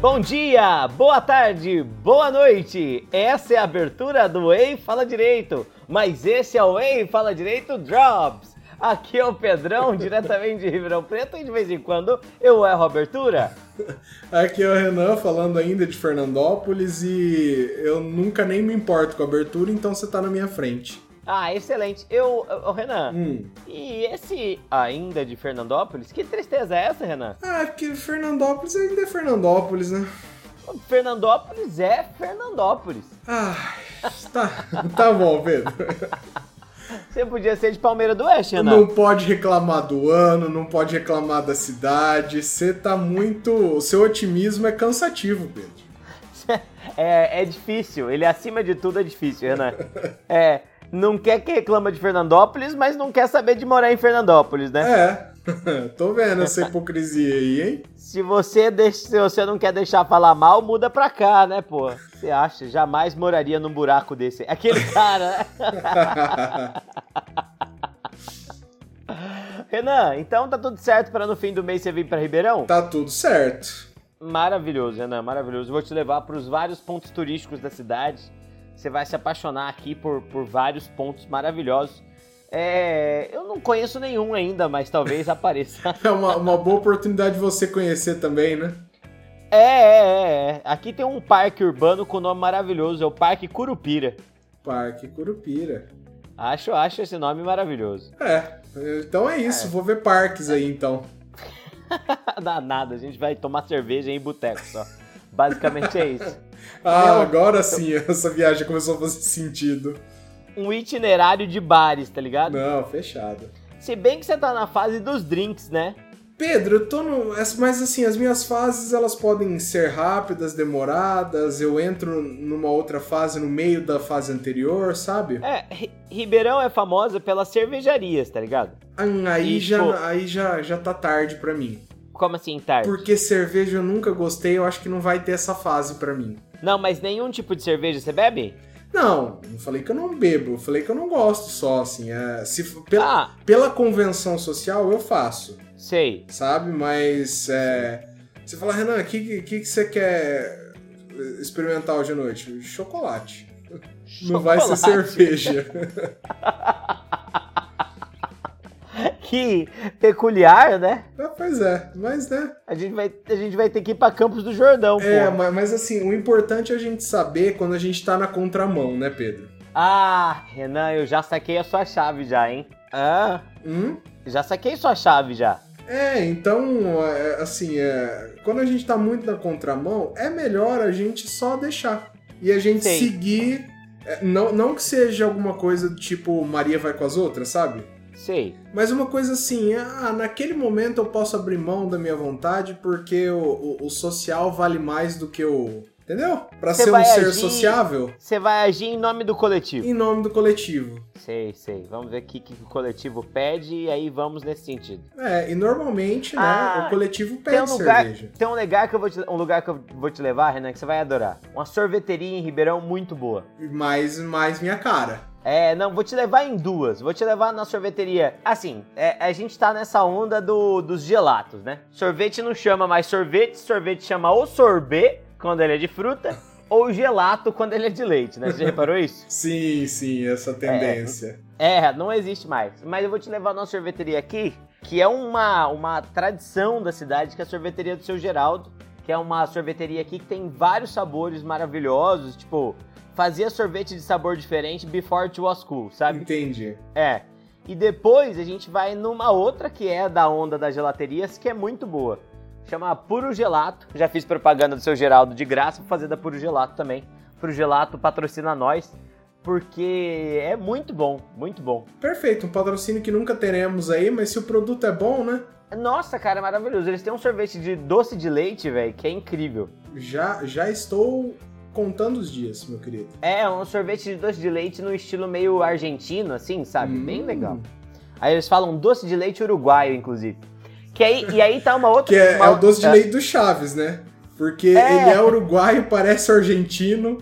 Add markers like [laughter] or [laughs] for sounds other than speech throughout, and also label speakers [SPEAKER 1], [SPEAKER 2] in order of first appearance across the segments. [SPEAKER 1] Bom dia, boa tarde, boa noite. Essa é a abertura do Ei Fala Direito, mas esse é o Ei Fala Direito Drops. Aqui é o Pedrão, diretamente de Ribeirão Preto, e de vez em quando eu erro a abertura.
[SPEAKER 2] Aqui é o Renan falando ainda de Fernandópolis e eu nunca nem me importo com a abertura, então você tá na minha frente.
[SPEAKER 1] Ah, excelente. Eu, ô, Renan,
[SPEAKER 2] Hum.
[SPEAKER 1] e esse ainda de Fernandópolis? Que tristeza é essa, Renan?
[SPEAKER 2] Ah, porque Fernandópolis ainda é Fernandópolis, né?
[SPEAKER 1] Fernandópolis é Fernandópolis.
[SPEAKER 2] Ah, tá, [laughs] tá bom, Pedro.
[SPEAKER 1] Você podia ser de Palmeira do Oeste, Renan.
[SPEAKER 2] Não pode reclamar do ano, não pode reclamar da cidade. Você tá muito. O seu otimismo é cansativo, Pedro.
[SPEAKER 1] [laughs] É, é difícil, ele acima de tudo é difícil, Renan. É, não quer que reclama de Fernandópolis, mas não quer saber de morar em Fernandópolis, né?
[SPEAKER 2] É. [laughs] Tô vendo essa hipocrisia aí, hein? [laughs]
[SPEAKER 1] Se você deixa, se você não quer deixar falar mal, muda pra cá, né, pô? Você acha? Jamais moraria num buraco desse. Aquele [laughs] cara, né? Renan, então tá tudo certo pra no fim do mês você vir pra Ribeirão?
[SPEAKER 2] tá tudo certo.
[SPEAKER 1] Maravilhoso, Renan, maravilhoso. Vou te levar para os vários pontos turísticos da cidade. Você vai se apaixonar aqui por, por vários pontos maravilhosos. É, eu não conheço nenhum ainda, mas talvez [laughs] apareça.
[SPEAKER 2] É uma, uma boa oportunidade de você conhecer também, né?
[SPEAKER 1] É, é, é, é. Aqui tem um parque urbano com nome maravilhoso, é o Parque Curupira.
[SPEAKER 2] Parque Curupira.
[SPEAKER 1] Acho, acho esse nome maravilhoso. [laughs]
[SPEAKER 2] É, então é isso. Vou ver parques aí então.
[SPEAKER 1] Dá nada, a gente vai tomar cerveja em boteco só. Basicamente é isso.
[SPEAKER 2] Ah,
[SPEAKER 1] Eu-
[SPEAKER 2] agora sim [laughs] essa viagem começou a fazer sentido.
[SPEAKER 1] Um itinerário de bares, tá ligado?
[SPEAKER 2] Não, fechado.
[SPEAKER 1] Se bem que você tá na fase dos drinks, né?
[SPEAKER 2] Pedro, eu tô no. as- Mas assim, as minhas fases elas podem ser rápidas, demoradas. Eu entro numa outra fase no meio da fase anterior, sabe?
[SPEAKER 1] É, Ri- Ribeirão é famosa pelas cervejarias, tá ligado?
[SPEAKER 2] Hum, Aí,
[SPEAKER 1] E, pô-
[SPEAKER 2] já, aí já, já tá tarde pra mim.
[SPEAKER 1] Como assim, tarde?
[SPEAKER 2] Porque cerveja eu nunca gostei, eu acho que não vai ter essa fase pra mim.
[SPEAKER 1] Não, mas nenhum tipo de cerveja você bebe?
[SPEAKER 2] Não, não falei que eu não bebo, eu falei que eu não gosto só, assim. É, se, f- pela,
[SPEAKER 1] Ah,
[SPEAKER 2] pela convenção social eu faço,
[SPEAKER 1] sei.
[SPEAKER 2] sabe? Mas é, você fala, Renan, o que, que, que você quer experimentar hoje à noite? Chocolate. Não vai ser
[SPEAKER 1] Chocolate.
[SPEAKER 2] cerveja.
[SPEAKER 1] [laughs]
[SPEAKER 2] [laughs]
[SPEAKER 1] Que peculiar, né?
[SPEAKER 2] Ah, pois é, mas né?
[SPEAKER 1] A gente vai, a gente vai ter que ir pra Campos do Jordão,
[SPEAKER 2] É,
[SPEAKER 1] pô.
[SPEAKER 2] mas, mas assim, o importante é a gente saber quando a gente tá na contramão, né, Pedro?
[SPEAKER 1] Ah, Renan, eu já saquei a sua chave já, hein? Ah,
[SPEAKER 2] Hum?
[SPEAKER 1] já saquei sua chave já.
[SPEAKER 2] É, então, é, assim, é, quando a gente tá muito na contramão, é melhor a gente só deixar. E a gente
[SPEAKER 1] Sim.
[SPEAKER 2] seguir. é, não, não que seja alguma coisa do tipo Maria vai com as outras, sabe?
[SPEAKER 1] Sei.
[SPEAKER 2] Mas uma coisa assim, ah, naquele momento eu posso abrir mão da minha vontade porque o, o- o social vale mais do que o. Entendeu? Pra
[SPEAKER 1] Você
[SPEAKER 2] ser um
[SPEAKER 1] vai
[SPEAKER 2] ser
[SPEAKER 1] agir-
[SPEAKER 2] sociável,
[SPEAKER 1] Você vai agir em nome do coletivo.
[SPEAKER 2] em nome do coletivo.
[SPEAKER 1] Sei, sei. Vamos ver o que, que o coletivo pede e aí vamos nesse sentido.
[SPEAKER 2] É, e normalmente, né,
[SPEAKER 1] Ah,
[SPEAKER 2] o coletivo
[SPEAKER 1] Tem um
[SPEAKER 2] pede
[SPEAKER 1] lugar,
[SPEAKER 2] cerveja.
[SPEAKER 1] tem um lugar que eu vou te, um lugar que eu vou te levar, Renan, que você vai adorar. Uma sorveteria em Ribeirão muito boa.
[SPEAKER 2] Mas, mais minha cara.
[SPEAKER 1] É, não, vou te levar em duas. Vou te levar na sorveteria. Assim, é, a gente tá nessa onda do, dos gelatos, né? Sorvete não chama mais sorvete, sorvete chama ou sorbet quando ele é de fruta, [laughs] ou gelato quando ele é de leite, né? Você já reparou isso?
[SPEAKER 2] Sim, sim, essa tendência.
[SPEAKER 1] É, não existe mais. Mas eu vou te levar numa sorveteria aqui, que é uma, uma tradição da cidade, que é a sorveteria do seu Geraldo, que é uma sorveteria aqui que tem vários sabores maravilhosos, tipo, fazia sorvete de sabor diferente before it was cool, sabe?
[SPEAKER 2] Entendi.
[SPEAKER 1] É. E depois a gente vai numa outra que é da onda das gelaterias, que é muito boa. Chama Puro Gelato. Já fiz propaganda do seu Geraldo de graça, vou fazer da Puro Gelato também. Puro Gelato patrocina nós, porque é muito bom, muito bom.
[SPEAKER 2] Perfeito, um patrocínio que nunca teremos aí, mas se o produto é bom, né?
[SPEAKER 1] Nossa, cara, é maravilhoso. Eles têm um sorvete de doce de leite, velho, que é incrível.
[SPEAKER 2] Já, já estou contando os dias, meu querido.
[SPEAKER 1] É, um sorvete de doce de leite no estilo meio argentino, assim, sabe? Bem
[SPEAKER 2] Hum.
[SPEAKER 1] legal. Aí eles falam doce de leite uruguaio, inclusive. Que aí, e aí tá uma outra...
[SPEAKER 2] [laughs] Que é,
[SPEAKER 1] uma-
[SPEAKER 2] é o doce de
[SPEAKER 1] é.
[SPEAKER 2] leite do Chaves, né? Porque
[SPEAKER 1] É.
[SPEAKER 2] ele é uruguaio, parece argentino.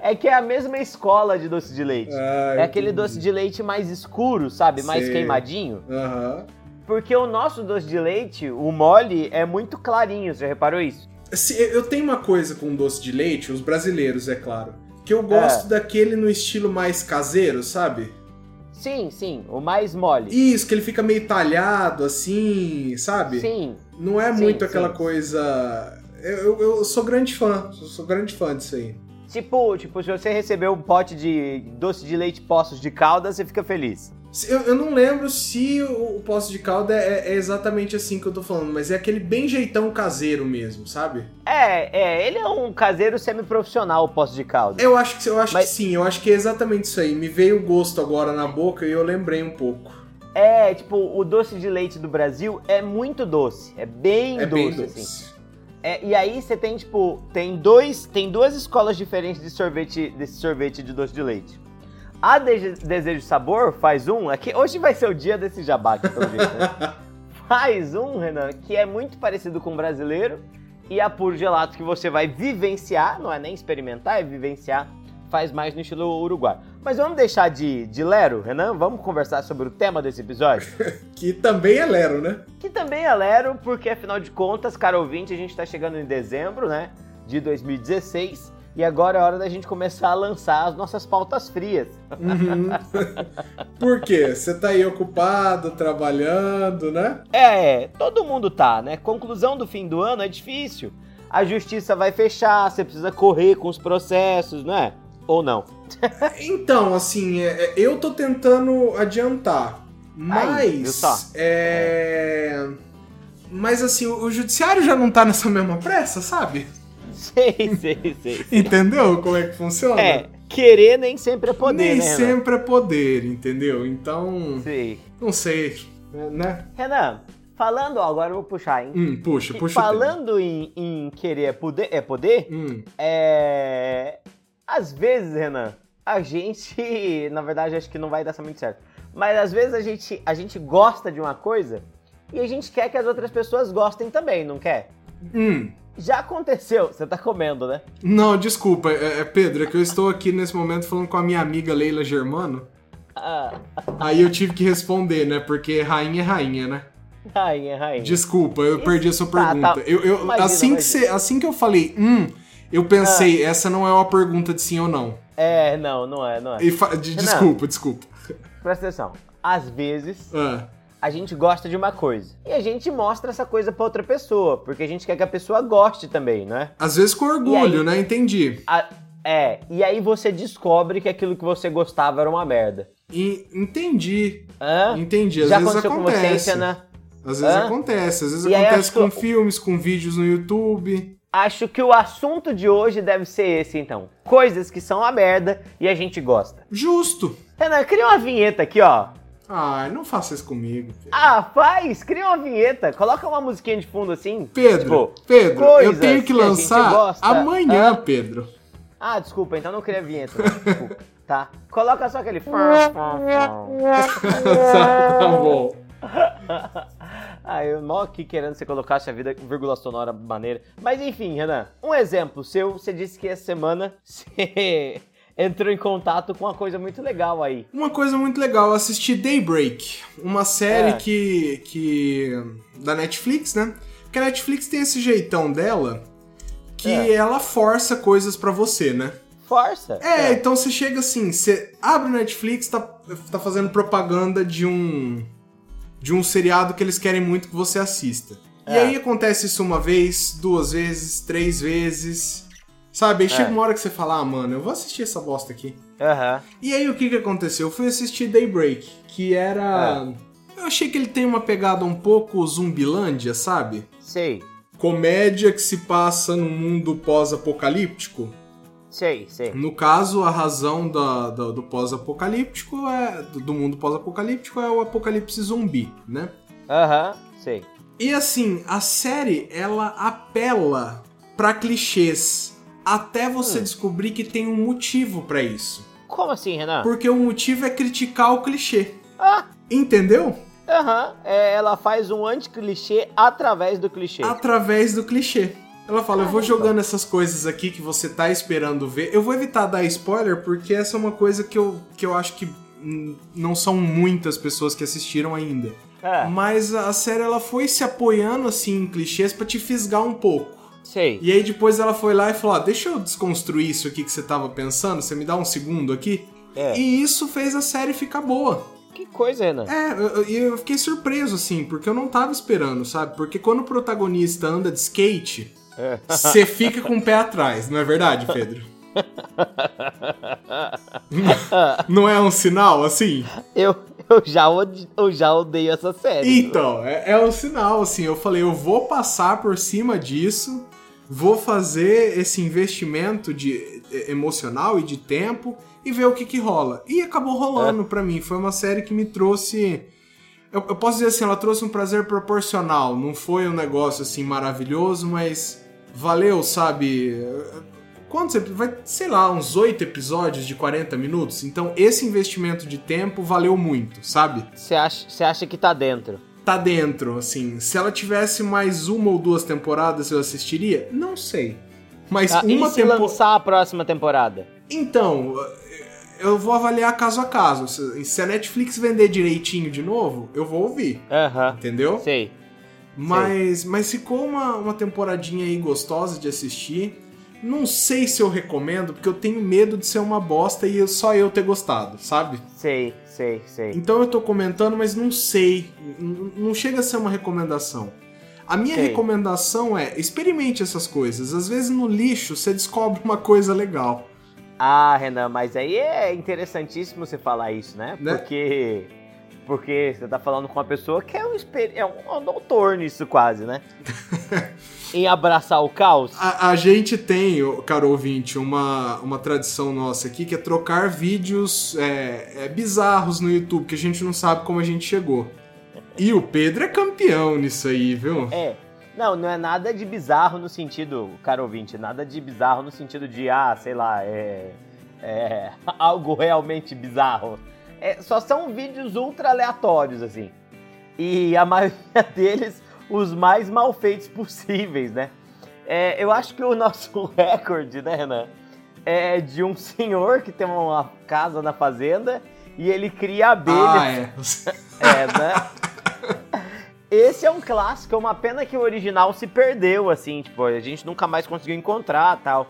[SPEAKER 1] É que é a mesma escola de doce de leite.
[SPEAKER 2] Ah,
[SPEAKER 1] é aquele doce de leite mais escuro, sabe? Mais
[SPEAKER 2] Sei.
[SPEAKER 1] queimadinho.
[SPEAKER 2] Aham.
[SPEAKER 1] Porque o nosso doce de leite, o mole, é muito clarinho, você já reparou isso?
[SPEAKER 2] Se- Eu tenho uma coisa com doce de leite, os brasileiros, é claro. Que eu
[SPEAKER 1] É.
[SPEAKER 2] gosto daquele no estilo mais caseiro, sabe?
[SPEAKER 1] Sim, sim, o mais mole.
[SPEAKER 2] Isso, que ele fica meio talhado, assim, sabe?
[SPEAKER 1] Sim,
[SPEAKER 2] Não é
[SPEAKER 1] Sim,
[SPEAKER 2] muito
[SPEAKER 1] sim.
[SPEAKER 2] aquela coisa. Eu, eu- eu sou grande fã, sou, sou grande fã disso aí.
[SPEAKER 1] Tipo, tipo, se você receber um pote de doce de leite poços de calda, você fica feliz.
[SPEAKER 2] Se- Eu, eu não lembro se o, o poço de calda é, é exatamente assim que eu tô falando, mas é aquele bem jeitão caseiro mesmo, sabe?
[SPEAKER 1] É, é, ele é um caseiro semiprofissional, o poço de calda.
[SPEAKER 2] Eu acho que eu acho
[SPEAKER 1] Mas-
[SPEAKER 2] que sim, eu acho que é exatamente isso aí. Me veio o gosto agora na boca e eu lembrei um pouco.
[SPEAKER 1] É, tipo, o doce de leite do Brasil é muito doce. É bem
[SPEAKER 2] é
[SPEAKER 1] doce,
[SPEAKER 2] bem doce.
[SPEAKER 1] assim. É, e aí você tem, tipo, tem dois. Tem duas escolas diferentes de sorvete desse sorvete de doce de leite. A Dese- Desejo Sabor faz um. Aqui, hoje vai ser o dia desse jabá aqui, pelo jeito, né? Faz um, Renan, que é muito parecido com o brasileiro. E a Puro Gelato que você vai vivenciar, não é nem experimentar, é vivenciar, faz mais no estilo uruguai. Mas vamos deixar de, de Lero, Renan? Vamos conversar sobre o tema desse episódio?
[SPEAKER 2] Que também é
[SPEAKER 1] [laughs]
[SPEAKER 2] Lero, né?
[SPEAKER 1] Que também é Lero, porque afinal de contas, cara ouvinte, a gente tá chegando em dezembro, né? De 2016. E agora é hora da gente começar a lançar as nossas pautas frias.
[SPEAKER 2] Uhum. [laughs] Por quê? Você tá aí ocupado, trabalhando, né?
[SPEAKER 1] É, todo mundo tá, né? Conclusão do fim do ano é difícil. A justiça vai fechar, você precisa correr com os processos, não é? Ou não. [laughs]
[SPEAKER 2] Então, assim, é- é- eu tô tentando adiantar,
[SPEAKER 1] Aí, viu
[SPEAKER 2] mas.
[SPEAKER 1] só?
[SPEAKER 2] é... Mas assim, o o judiciário já não tá nessa mesma pressa, sabe? [laughs]
[SPEAKER 1] Sei, sei, sei.
[SPEAKER 2] Entendeu como é que funciona?
[SPEAKER 1] É, querer nem sempre é poder,
[SPEAKER 2] Nem
[SPEAKER 1] né? Renan?
[SPEAKER 2] sempre é poder, entendeu? Então,
[SPEAKER 1] Sei.
[SPEAKER 2] não sei, né?
[SPEAKER 1] Renan, falando, ó, agora eu vou puxar, hein?
[SPEAKER 2] Hum, puxa,
[SPEAKER 1] Que
[SPEAKER 2] puxa. o tema.
[SPEAKER 1] falando em, em querer é poder, é poder,
[SPEAKER 2] Hum,
[SPEAKER 1] É. Às vezes, Renan, a gente. [laughs] Na verdade, acho que não vai dar muito certo. Mas às vezes a gente, a gente gosta de uma coisa e a gente quer que as outras pessoas gostem também, não quer?
[SPEAKER 2] hum.
[SPEAKER 1] Já aconteceu, você tá comendo, né?
[SPEAKER 2] Não, desculpa, é, é, Pedro, é que eu estou aqui nesse momento falando com a minha amiga Leila Germano.
[SPEAKER 1] Ah, [laughs]
[SPEAKER 2] Aí eu tive que responder, né? Porque rainha é rainha, né?
[SPEAKER 1] rainha, rainha.
[SPEAKER 2] Desculpa, eu perdi a sua
[SPEAKER 1] Tá,
[SPEAKER 2] pergunta.
[SPEAKER 1] tá.
[SPEAKER 2] Eu, eu-
[SPEAKER 1] Imagina,
[SPEAKER 2] assim, que
[SPEAKER 1] imagina. Ah.
[SPEAKER 2] cê- assim que eu falei, hum, eu pensei, essa não é uma pergunta de sim ou não.
[SPEAKER 1] É, não, não é, não é.
[SPEAKER 2] E fa- de-
[SPEAKER 1] Renan.
[SPEAKER 2] desculpa, desculpa.
[SPEAKER 1] Presta atenção. Às vezes
[SPEAKER 2] Ah,
[SPEAKER 1] a gente gosta de uma coisa e a gente mostra essa coisa pra outra pessoa, porque a gente quer que a pessoa goste também, não é?
[SPEAKER 2] às vezes com
[SPEAKER 1] E
[SPEAKER 2] orgulho,
[SPEAKER 1] aí?
[SPEAKER 2] né? Entendi.
[SPEAKER 1] A- é, e aí você descobre que aquilo que você gostava era uma merda.
[SPEAKER 2] E- entendi,
[SPEAKER 1] Hã?
[SPEAKER 2] entendi. Às
[SPEAKER 1] Ah, Já
[SPEAKER 2] vezes
[SPEAKER 1] aconteceu com você, hein,
[SPEAKER 2] acontece.
[SPEAKER 1] Senna?
[SPEAKER 2] Às vezes
[SPEAKER 1] Hã?
[SPEAKER 2] acontece, às vezes
[SPEAKER 1] E aí
[SPEAKER 2] acontece
[SPEAKER 1] acho que
[SPEAKER 2] com
[SPEAKER 1] o-
[SPEAKER 2] filmes, com vídeos no YouTube.
[SPEAKER 1] Acho que o assunto de hoje deve ser esse, então. Coisas que são a merda e a gente gosta.
[SPEAKER 2] Justo.
[SPEAKER 1] Renan, cria uma vinheta aqui, ó.
[SPEAKER 2] Ai, não faça isso comigo. Pedro.
[SPEAKER 1] Ah, faz! Cria uma vinheta. Coloca uma musiquinha de fundo assim.
[SPEAKER 2] Pedro,
[SPEAKER 1] Tipo,
[SPEAKER 2] Pedro, eu
[SPEAKER 1] coisas
[SPEAKER 2] tenho que
[SPEAKER 1] a gente
[SPEAKER 2] lançar
[SPEAKER 1] gosta.
[SPEAKER 2] amanhã, Pedro. [laughs]
[SPEAKER 1] Ah, desculpa, então não cria vinheta. não, Desculpa, tá? Coloca só aquele...
[SPEAKER 2] tá bom.
[SPEAKER 1] [laughs] ah, eu mal aqui querendo que você colocasse a vida vírgula sonora maneira. Mas enfim, Renan, um exemplo seu, você disse que essa semana [laughs] você entrou em contato com uma coisa muito legal aí.
[SPEAKER 2] Uma coisa muito legal, eu assisti Daybreak, uma série
[SPEAKER 1] É.
[SPEAKER 2] que, que. da Netflix, né? Porque a Netflix tem esse jeitão dela que
[SPEAKER 1] É.
[SPEAKER 2] ela força coisas pra você, né?
[SPEAKER 1] Força!
[SPEAKER 2] É, então você chega assim, você abre o Netflix, tá, tá fazendo propaganda de um de um seriado que eles querem muito que você assista. E
[SPEAKER 1] É.
[SPEAKER 2] aí acontece isso uma vez, duas vezes, três vezes. Sabe? Aí chega
[SPEAKER 1] É.
[SPEAKER 2] uma hora que você fala, ah, mano, eu vou assistir essa bosta aqui.
[SPEAKER 1] Aham.
[SPEAKER 2] E aí o que que aconteceu? Eu fui assistir Daybreak, que era. Eu achei que ele tem uma pegada um pouco zumbilândia, sabe?
[SPEAKER 1] Sei,
[SPEAKER 2] Comédia que se passa num mundo pós-apocalíptico.
[SPEAKER 1] sei, sei.
[SPEAKER 2] No caso, a razão da- da- do pós-apocalíptico é. do- Do mundo pós-apocalíptico é o apocalipse zumbi, né?
[SPEAKER 1] Aham, sei.
[SPEAKER 2] E assim, a série ela apela pra clichês até você
[SPEAKER 1] Hum.
[SPEAKER 2] descobrir que tem um motivo pra isso.
[SPEAKER 1] Como assim, Renan?
[SPEAKER 2] Porque o motivo é criticar o clichê.
[SPEAKER 1] Ah,
[SPEAKER 2] Entendeu?
[SPEAKER 1] aham. É, ela faz um anticlichê através do clichê.
[SPEAKER 2] Através do clichê. Ela fala, eu vou
[SPEAKER 1] Caramba.
[SPEAKER 2] jogando essas coisas aqui que você tá esperando ver. Eu vou evitar dar spoiler, porque essa é uma coisa que eu, que eu acho que hum, não são muitas pessoas que assistiram ainda.
[SPEAKER 1] É.
[SPEAKER 2] Mas a série ela foi se apoiando assim em clichês pra te fisgar um pouco.
[SPEAKER 1] É, Sei.
[SPEAKER 2] E aí depois ela foi lá e falou: "Ah, "Deixa eu desconstruir isso aqui que você tava pensando, você me dá um segundo aqui?"
[SPEAKER 1] É.
[SPEAKER 2] E isso fez a série ficar boa.
[SPEAKER 1] Que coisa, Renan.
[SPEAKER 2] É, eu- eu, eu fiquei surpreso assim, porque eu não tava esperando, sabe? Porque quando o protagonista anda de skate,
[SPEAKER 1] É.
[SPEAKER 2] você fica com o pé atrás, não é verdade, Pedro? Não é um sinal assim?
[SPEAKER 1] [laughs] eu, eu, já odi- eu já odeio essa série.
[SPEAKER 2] Então, é, é um sinal, assim. Eu falei, eu vou passar por cima disso, vou fazer esse investimento de e- emocional e de tempo e ver o que que rola. E acabou rolando pra mim. Foi uma série que me trouxe. Eu, eu posso dizer assim, ela trouxe um prazer proporcional. Não foi um negócio assim maravilhoso, mas valeu, sabe? Quantos epi- vai, sei lá, uns oito episódios de 40 minutos? Então, esse investimento de tempo valeu muito, sabe?
[SPEAKER 1] Você acha, você acha que tá dentro.
[SPEAKER 2] tá dentro, assim. Se ela tivesse mais uma ou duas temporadas, eu assistiria? Não sei. Mas
[SPEAKER 1] Ah,
[SPEAKER 2] uma
[SPEAKER 1] e se
[SPEAKER 2] temporada.
[SPEAKER 1] lançar a próxima temporada?
[SPEAKER 2] Então, eu vou avaliar caso a caso. Se- Se a Netflix vender direitinho de novo, eu vou ouvir.
[SPEAKER 1] Aham.
[SPEAKER 2] Entendeu?
[SPEAKER 1] Sei.
[SPEAKER 2] Mas, mas ficou uma, uma temporadinha aí gostosa de assistir. Não sei se eu recomendo, porque eu tenho medo de ser uma bosta e eu- só eu ter gostado, sabe?
[SPEAKER 1] Sei, sei, sei.
[SPEAKER 2] Então eu tô comentando, mas não sei. N- Não chega a ser uma recomendação. A minha
[SPEAKER 1] Sei.
[SPEAKER 2] recomendação é experimente essas coisas. Às vezes no lixo você descobre uma coisa legal.
[SPEAKER 1] Ah, Renan, mas aí é interessantíssimo você falar isso, né?
[SPEAKER 2] Né?
[SPEAKER 1] Porque. Porque você tá falando com uma pessoa que é um, exper- é um, é um doutor nisso, quase, né? em abraçar o caos.
[SPEAKER 2] A, a gente tem, ô, caro ouvinte, uma, uma tradição nossa aqui que é trocar vídeos é, é, bizarros no YouTube, que a gente não sabe como a gente chegou. E o Pedro é campeão nisso aí, viu?
[SPEAKER 1] É. Não, não é nada de bizarro no sentido, caro ouvinte, nada de bizarro no sentido de, ah, sei lá, é. é [laughs] algo realmente bizarro. É, só são vídeos ultra aleatórios, assim. E a [laughs] maioria deles, os mais mal feitos possíveis, né? É, eu acho que o nosso [laughs] recorde, né, Renan? É de um senhor que tem uma casa na fazenda e ele cria abelhas.
[SPEAKER 2] ah, é.
[SPEAKER 1] É, né? Esse é um clássico, é uma pena que o original se perdeu, assim, tipo, a gente nunca mais conseguiu encontrar tal.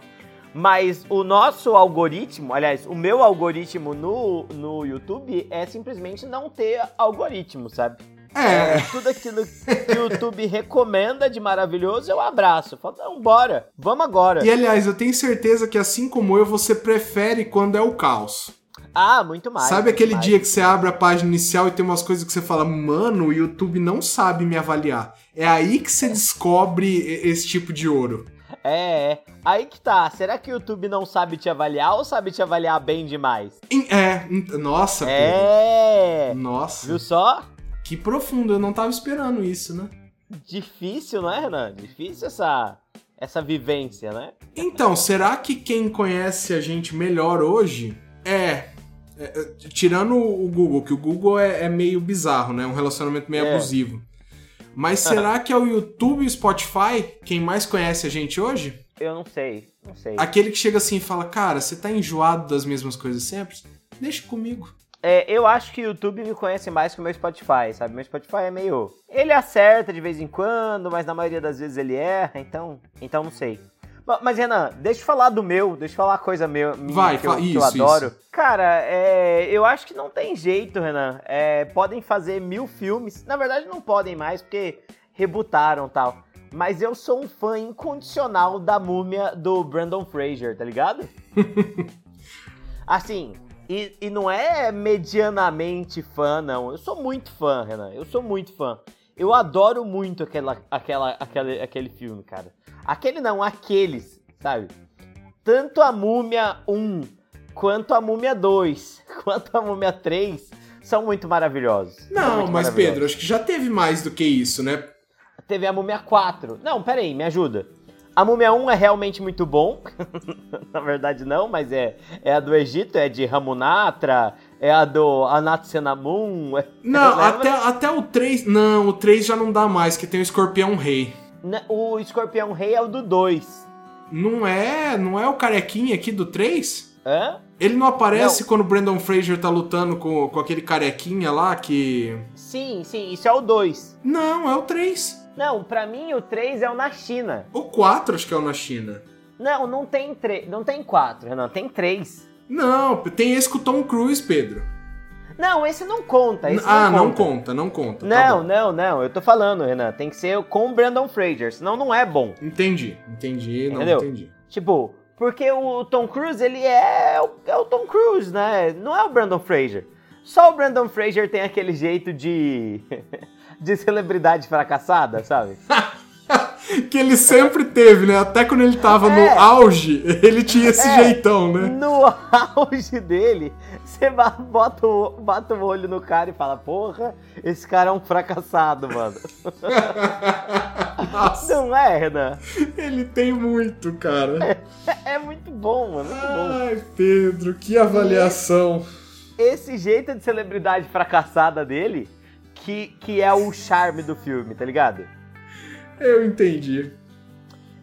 [SPEAKER 1] Mas o nosso algoritmo, aliás, o meu algoritmo no, no YouTube é simplesmente não ter algoritmo, sabe?
[SPEAKER 2] É.
[SPEAKER 1] Tudo aquilo que o YouTube recomenda de maravilhoso, eu abraço. Falo, não, bora, vamos agora.
[SPEAKER 2] É. E aliás, eu tenho certeza que assim como eu, você prefere quando é o caos.
[SPEAKER 1] Ah, muito mais.
[SPEAKER 2] é- sabe
[SPEAKER 1] muito
[SPEAKER 2] aquele
[SPEAKER 1] mais.
[SPEAKER 2] dia que você abre a página inicial e tem umas coisas que você fala, mano, o YouTube não sabe me avaliar. É aí que você descobre e- esse tipo de ouro.
[SPEAKER 1] É, é. Aí que tá, será que o YouTube não sabe te avaliar ou sabe te avaliar bem demais?
[SPEAKER 2] Em- É, em- nossa,
[SPEAKER 1] É!
[SPEAKER 2] Pedro. Nossa,
[SPEAKER 1] Viu só?
[SPEAKER 2] que profundo, eu não tava esperando isso, né?
[SPEAKER 1] Difícil, não é, Renan? Difícil essa, essa vivência, né?
[SPEAKER 2] Então, será que quem conhece a gente melhor hoje é. é, é, tirando o Google, que o Google é, é meio bizarro, né? Um relacionamento meio
[SPEAKER 1] É.
[SPEAKER 2] abusivo. Mas será que é o YouTube e o Spotify quem mais conhece a gente hoje?
[SPEAKER 1] Eu não sei, não sei.
[SPEAKER 2] Aquele que chega assim e fala, cara, você tá enjoado das mesmas coisas sempre? Deixa comigo.
[SPEAKER 1] É, eu acho que o YouTube me conhece mais que o meu Spotify, sabe? Meu Spotify é meio. Ele acerta de vez em quando, mas na maioria das vezes ele erra, então. Então não sei. Ma- Mas, Renan, deixa eu falar do meu, deixa eu falar coisa meu, minha
[SPEAKER 2] Vai,
[SPEAKER 1] que, eu,
[SPEAKER 2] fa-
[SPEAKER 1] que eu
[SPEAKER 2] isso,
[SPEAKER 1] adoro. Cara, é, eu acho que não tem jeito, Renan. É, podem fazer mil filmes. Na verdade, não podem mais, porque rebutaram e tal. Mas eu sou um fã incondicional da múmia do Brandon Fraser, tá ligado? assim, e, e não é medianamente fã, não. Eu sou muito fã, Renan. Eu sou muito fã. Eu adoro muito aquela, aquela, aquele, aquele filme, cara. Aquele não, aqueles, sabe? Tanto a Múmia 1, quanto a Múmia 2, [laughs] quanto a Múmia 3 são muito maravilhosos. São
[SPEAKER 2] Não,
[SPEAKER 1] muito
[SPEAKER 2] mas
[SPEAKER 1] maravilhosos.
[SPEAKER 2] Pedro, acho que já teve mais do que isso, né?
[SPEAKER 1] É Teve a Múmia 4. Não, peraí, me ajuda. A Múmia 1 é realmente muito bom. [laughs] Na verdade, não, mas é, é a do Egito, é de Ramunatra, é a do Anatsenamun. é-
[SPEAKER 2] Não,
[SPEAKER 1] [laughs] Lembra?
[SPEAKER 2] até, até o 3. Não, o 3 já não dá mais, que tem o escorpião rei.
[SPEAKER 1] Né, O Escorpião Rei é o do 2.
[SPEAKER 2] Não é. Não é o carequinha aqui do 3?
[SPEAKER 1] Hã?
[SPEAKER 2] Ele não aparece
[SPEAKER 1] Não.
[SPEAKER 2] quando o Brandon Fraser tá lutando com, com aquele carequinha lá que.
[SPEAKER 1] Sim, sim, isso é o 2.
[SPEAKER 2] Não, é o 3.
[SPEAKER 1] Não, pra mim o 3 é o na China.
[SPEAKER 2] O 4 acho que é o na China.
[SPEAKER 1] Não, não tem 3, não tem 4, Renan, tem 3.
[SPEAKER 2] Não, tem esse com o Tom Cruise, Pedro.
[SPEAKER 1] Não, esse não conta, Tá, esse
[SPEAKER 2] ah, não
[SPEAKER 1] conta.
[SPEAKER 2] conta, não conta. tá
[SPEAKER 1] Não,
[SPEAKER 2] bom.
[SPEAKER 1] não, não, eu tô falando, Renan, tem que ser com o Brandon Fraser, senão não é bom.
[SPEAKER 2] Entendi, entendi, não
[SPEAKER 1] Entendeu?
[SPEAKER 2] entendi.
[SPEAKER 1] Tipo, porque o Tom Cruise, ele é o, é o Tom Cruise, né? Não é o Brandon Fraser. Só o Brandon Fraser tem aquele jeito de. [laughs] de celebridade fracassada, sabe?
[SPEAKER 2] [laughs] que ele sempre teve, né? Até quando ele tava
[SPEAKER 1] É.
[SPEAKER 2] no auge, ele tinha esse
[SPEAKER 1] É.
[SPEAKER 2] jeitão, né?
[SPEAKER 1] No auge dele, você ba- bota o, bota o olho no cara e fala: Porra, esse cara é um fracassado, mano.
[SPEAKER 2] Nossa,
[SPEAKER 1] Não é, Renan?
[SPEAKER 2] ele tem muito, cara.
[SPEAKER 1] É muito bom, mano. Muito bom.
[SPEAKER 2] Ai, Pedro, que avaliação.
[SPEAKER 1] esse jeito de celebridade fracassada dele que, que é o charme do filme, tá ligado?
[SPEAKER 2] Eu entendi.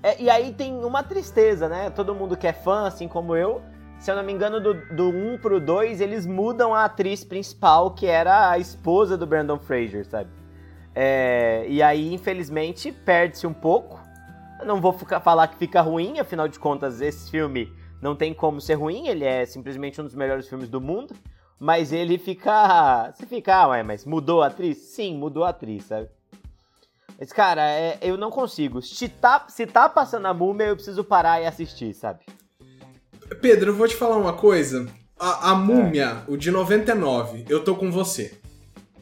[SPEAKER 1] É, e aí tem uma tristeza, né? Todo mundo que é fã, assim como eu, se eu não me engano, do, do 1 pro 2, eles mudam a atriz principal, que era a esposa do Brandon Fraser, sabe? É, e aí, infelizmente, perde-se um pouco. Eu não vou ficar- falar que fica ruim, afinal de contas, esse filme não tem como ser ruim, ele é simplesmente um dos melhores filmes do mundo. Mas ele fica. Você fica, ah, ué, mas mudou a atriz? Sim, mudou a atriz, sabe? Mas, cara, é- eu não consigo. Se tá, se tá passando a múmia, eu preciso parar e assistir, sabe?
[SPEAKER 2] Pedro, eu vou te falar uma
[SPEAKER 1] É.
[SPEAKER 2] coisa. A, a múmia, o de 99, eu tô com você.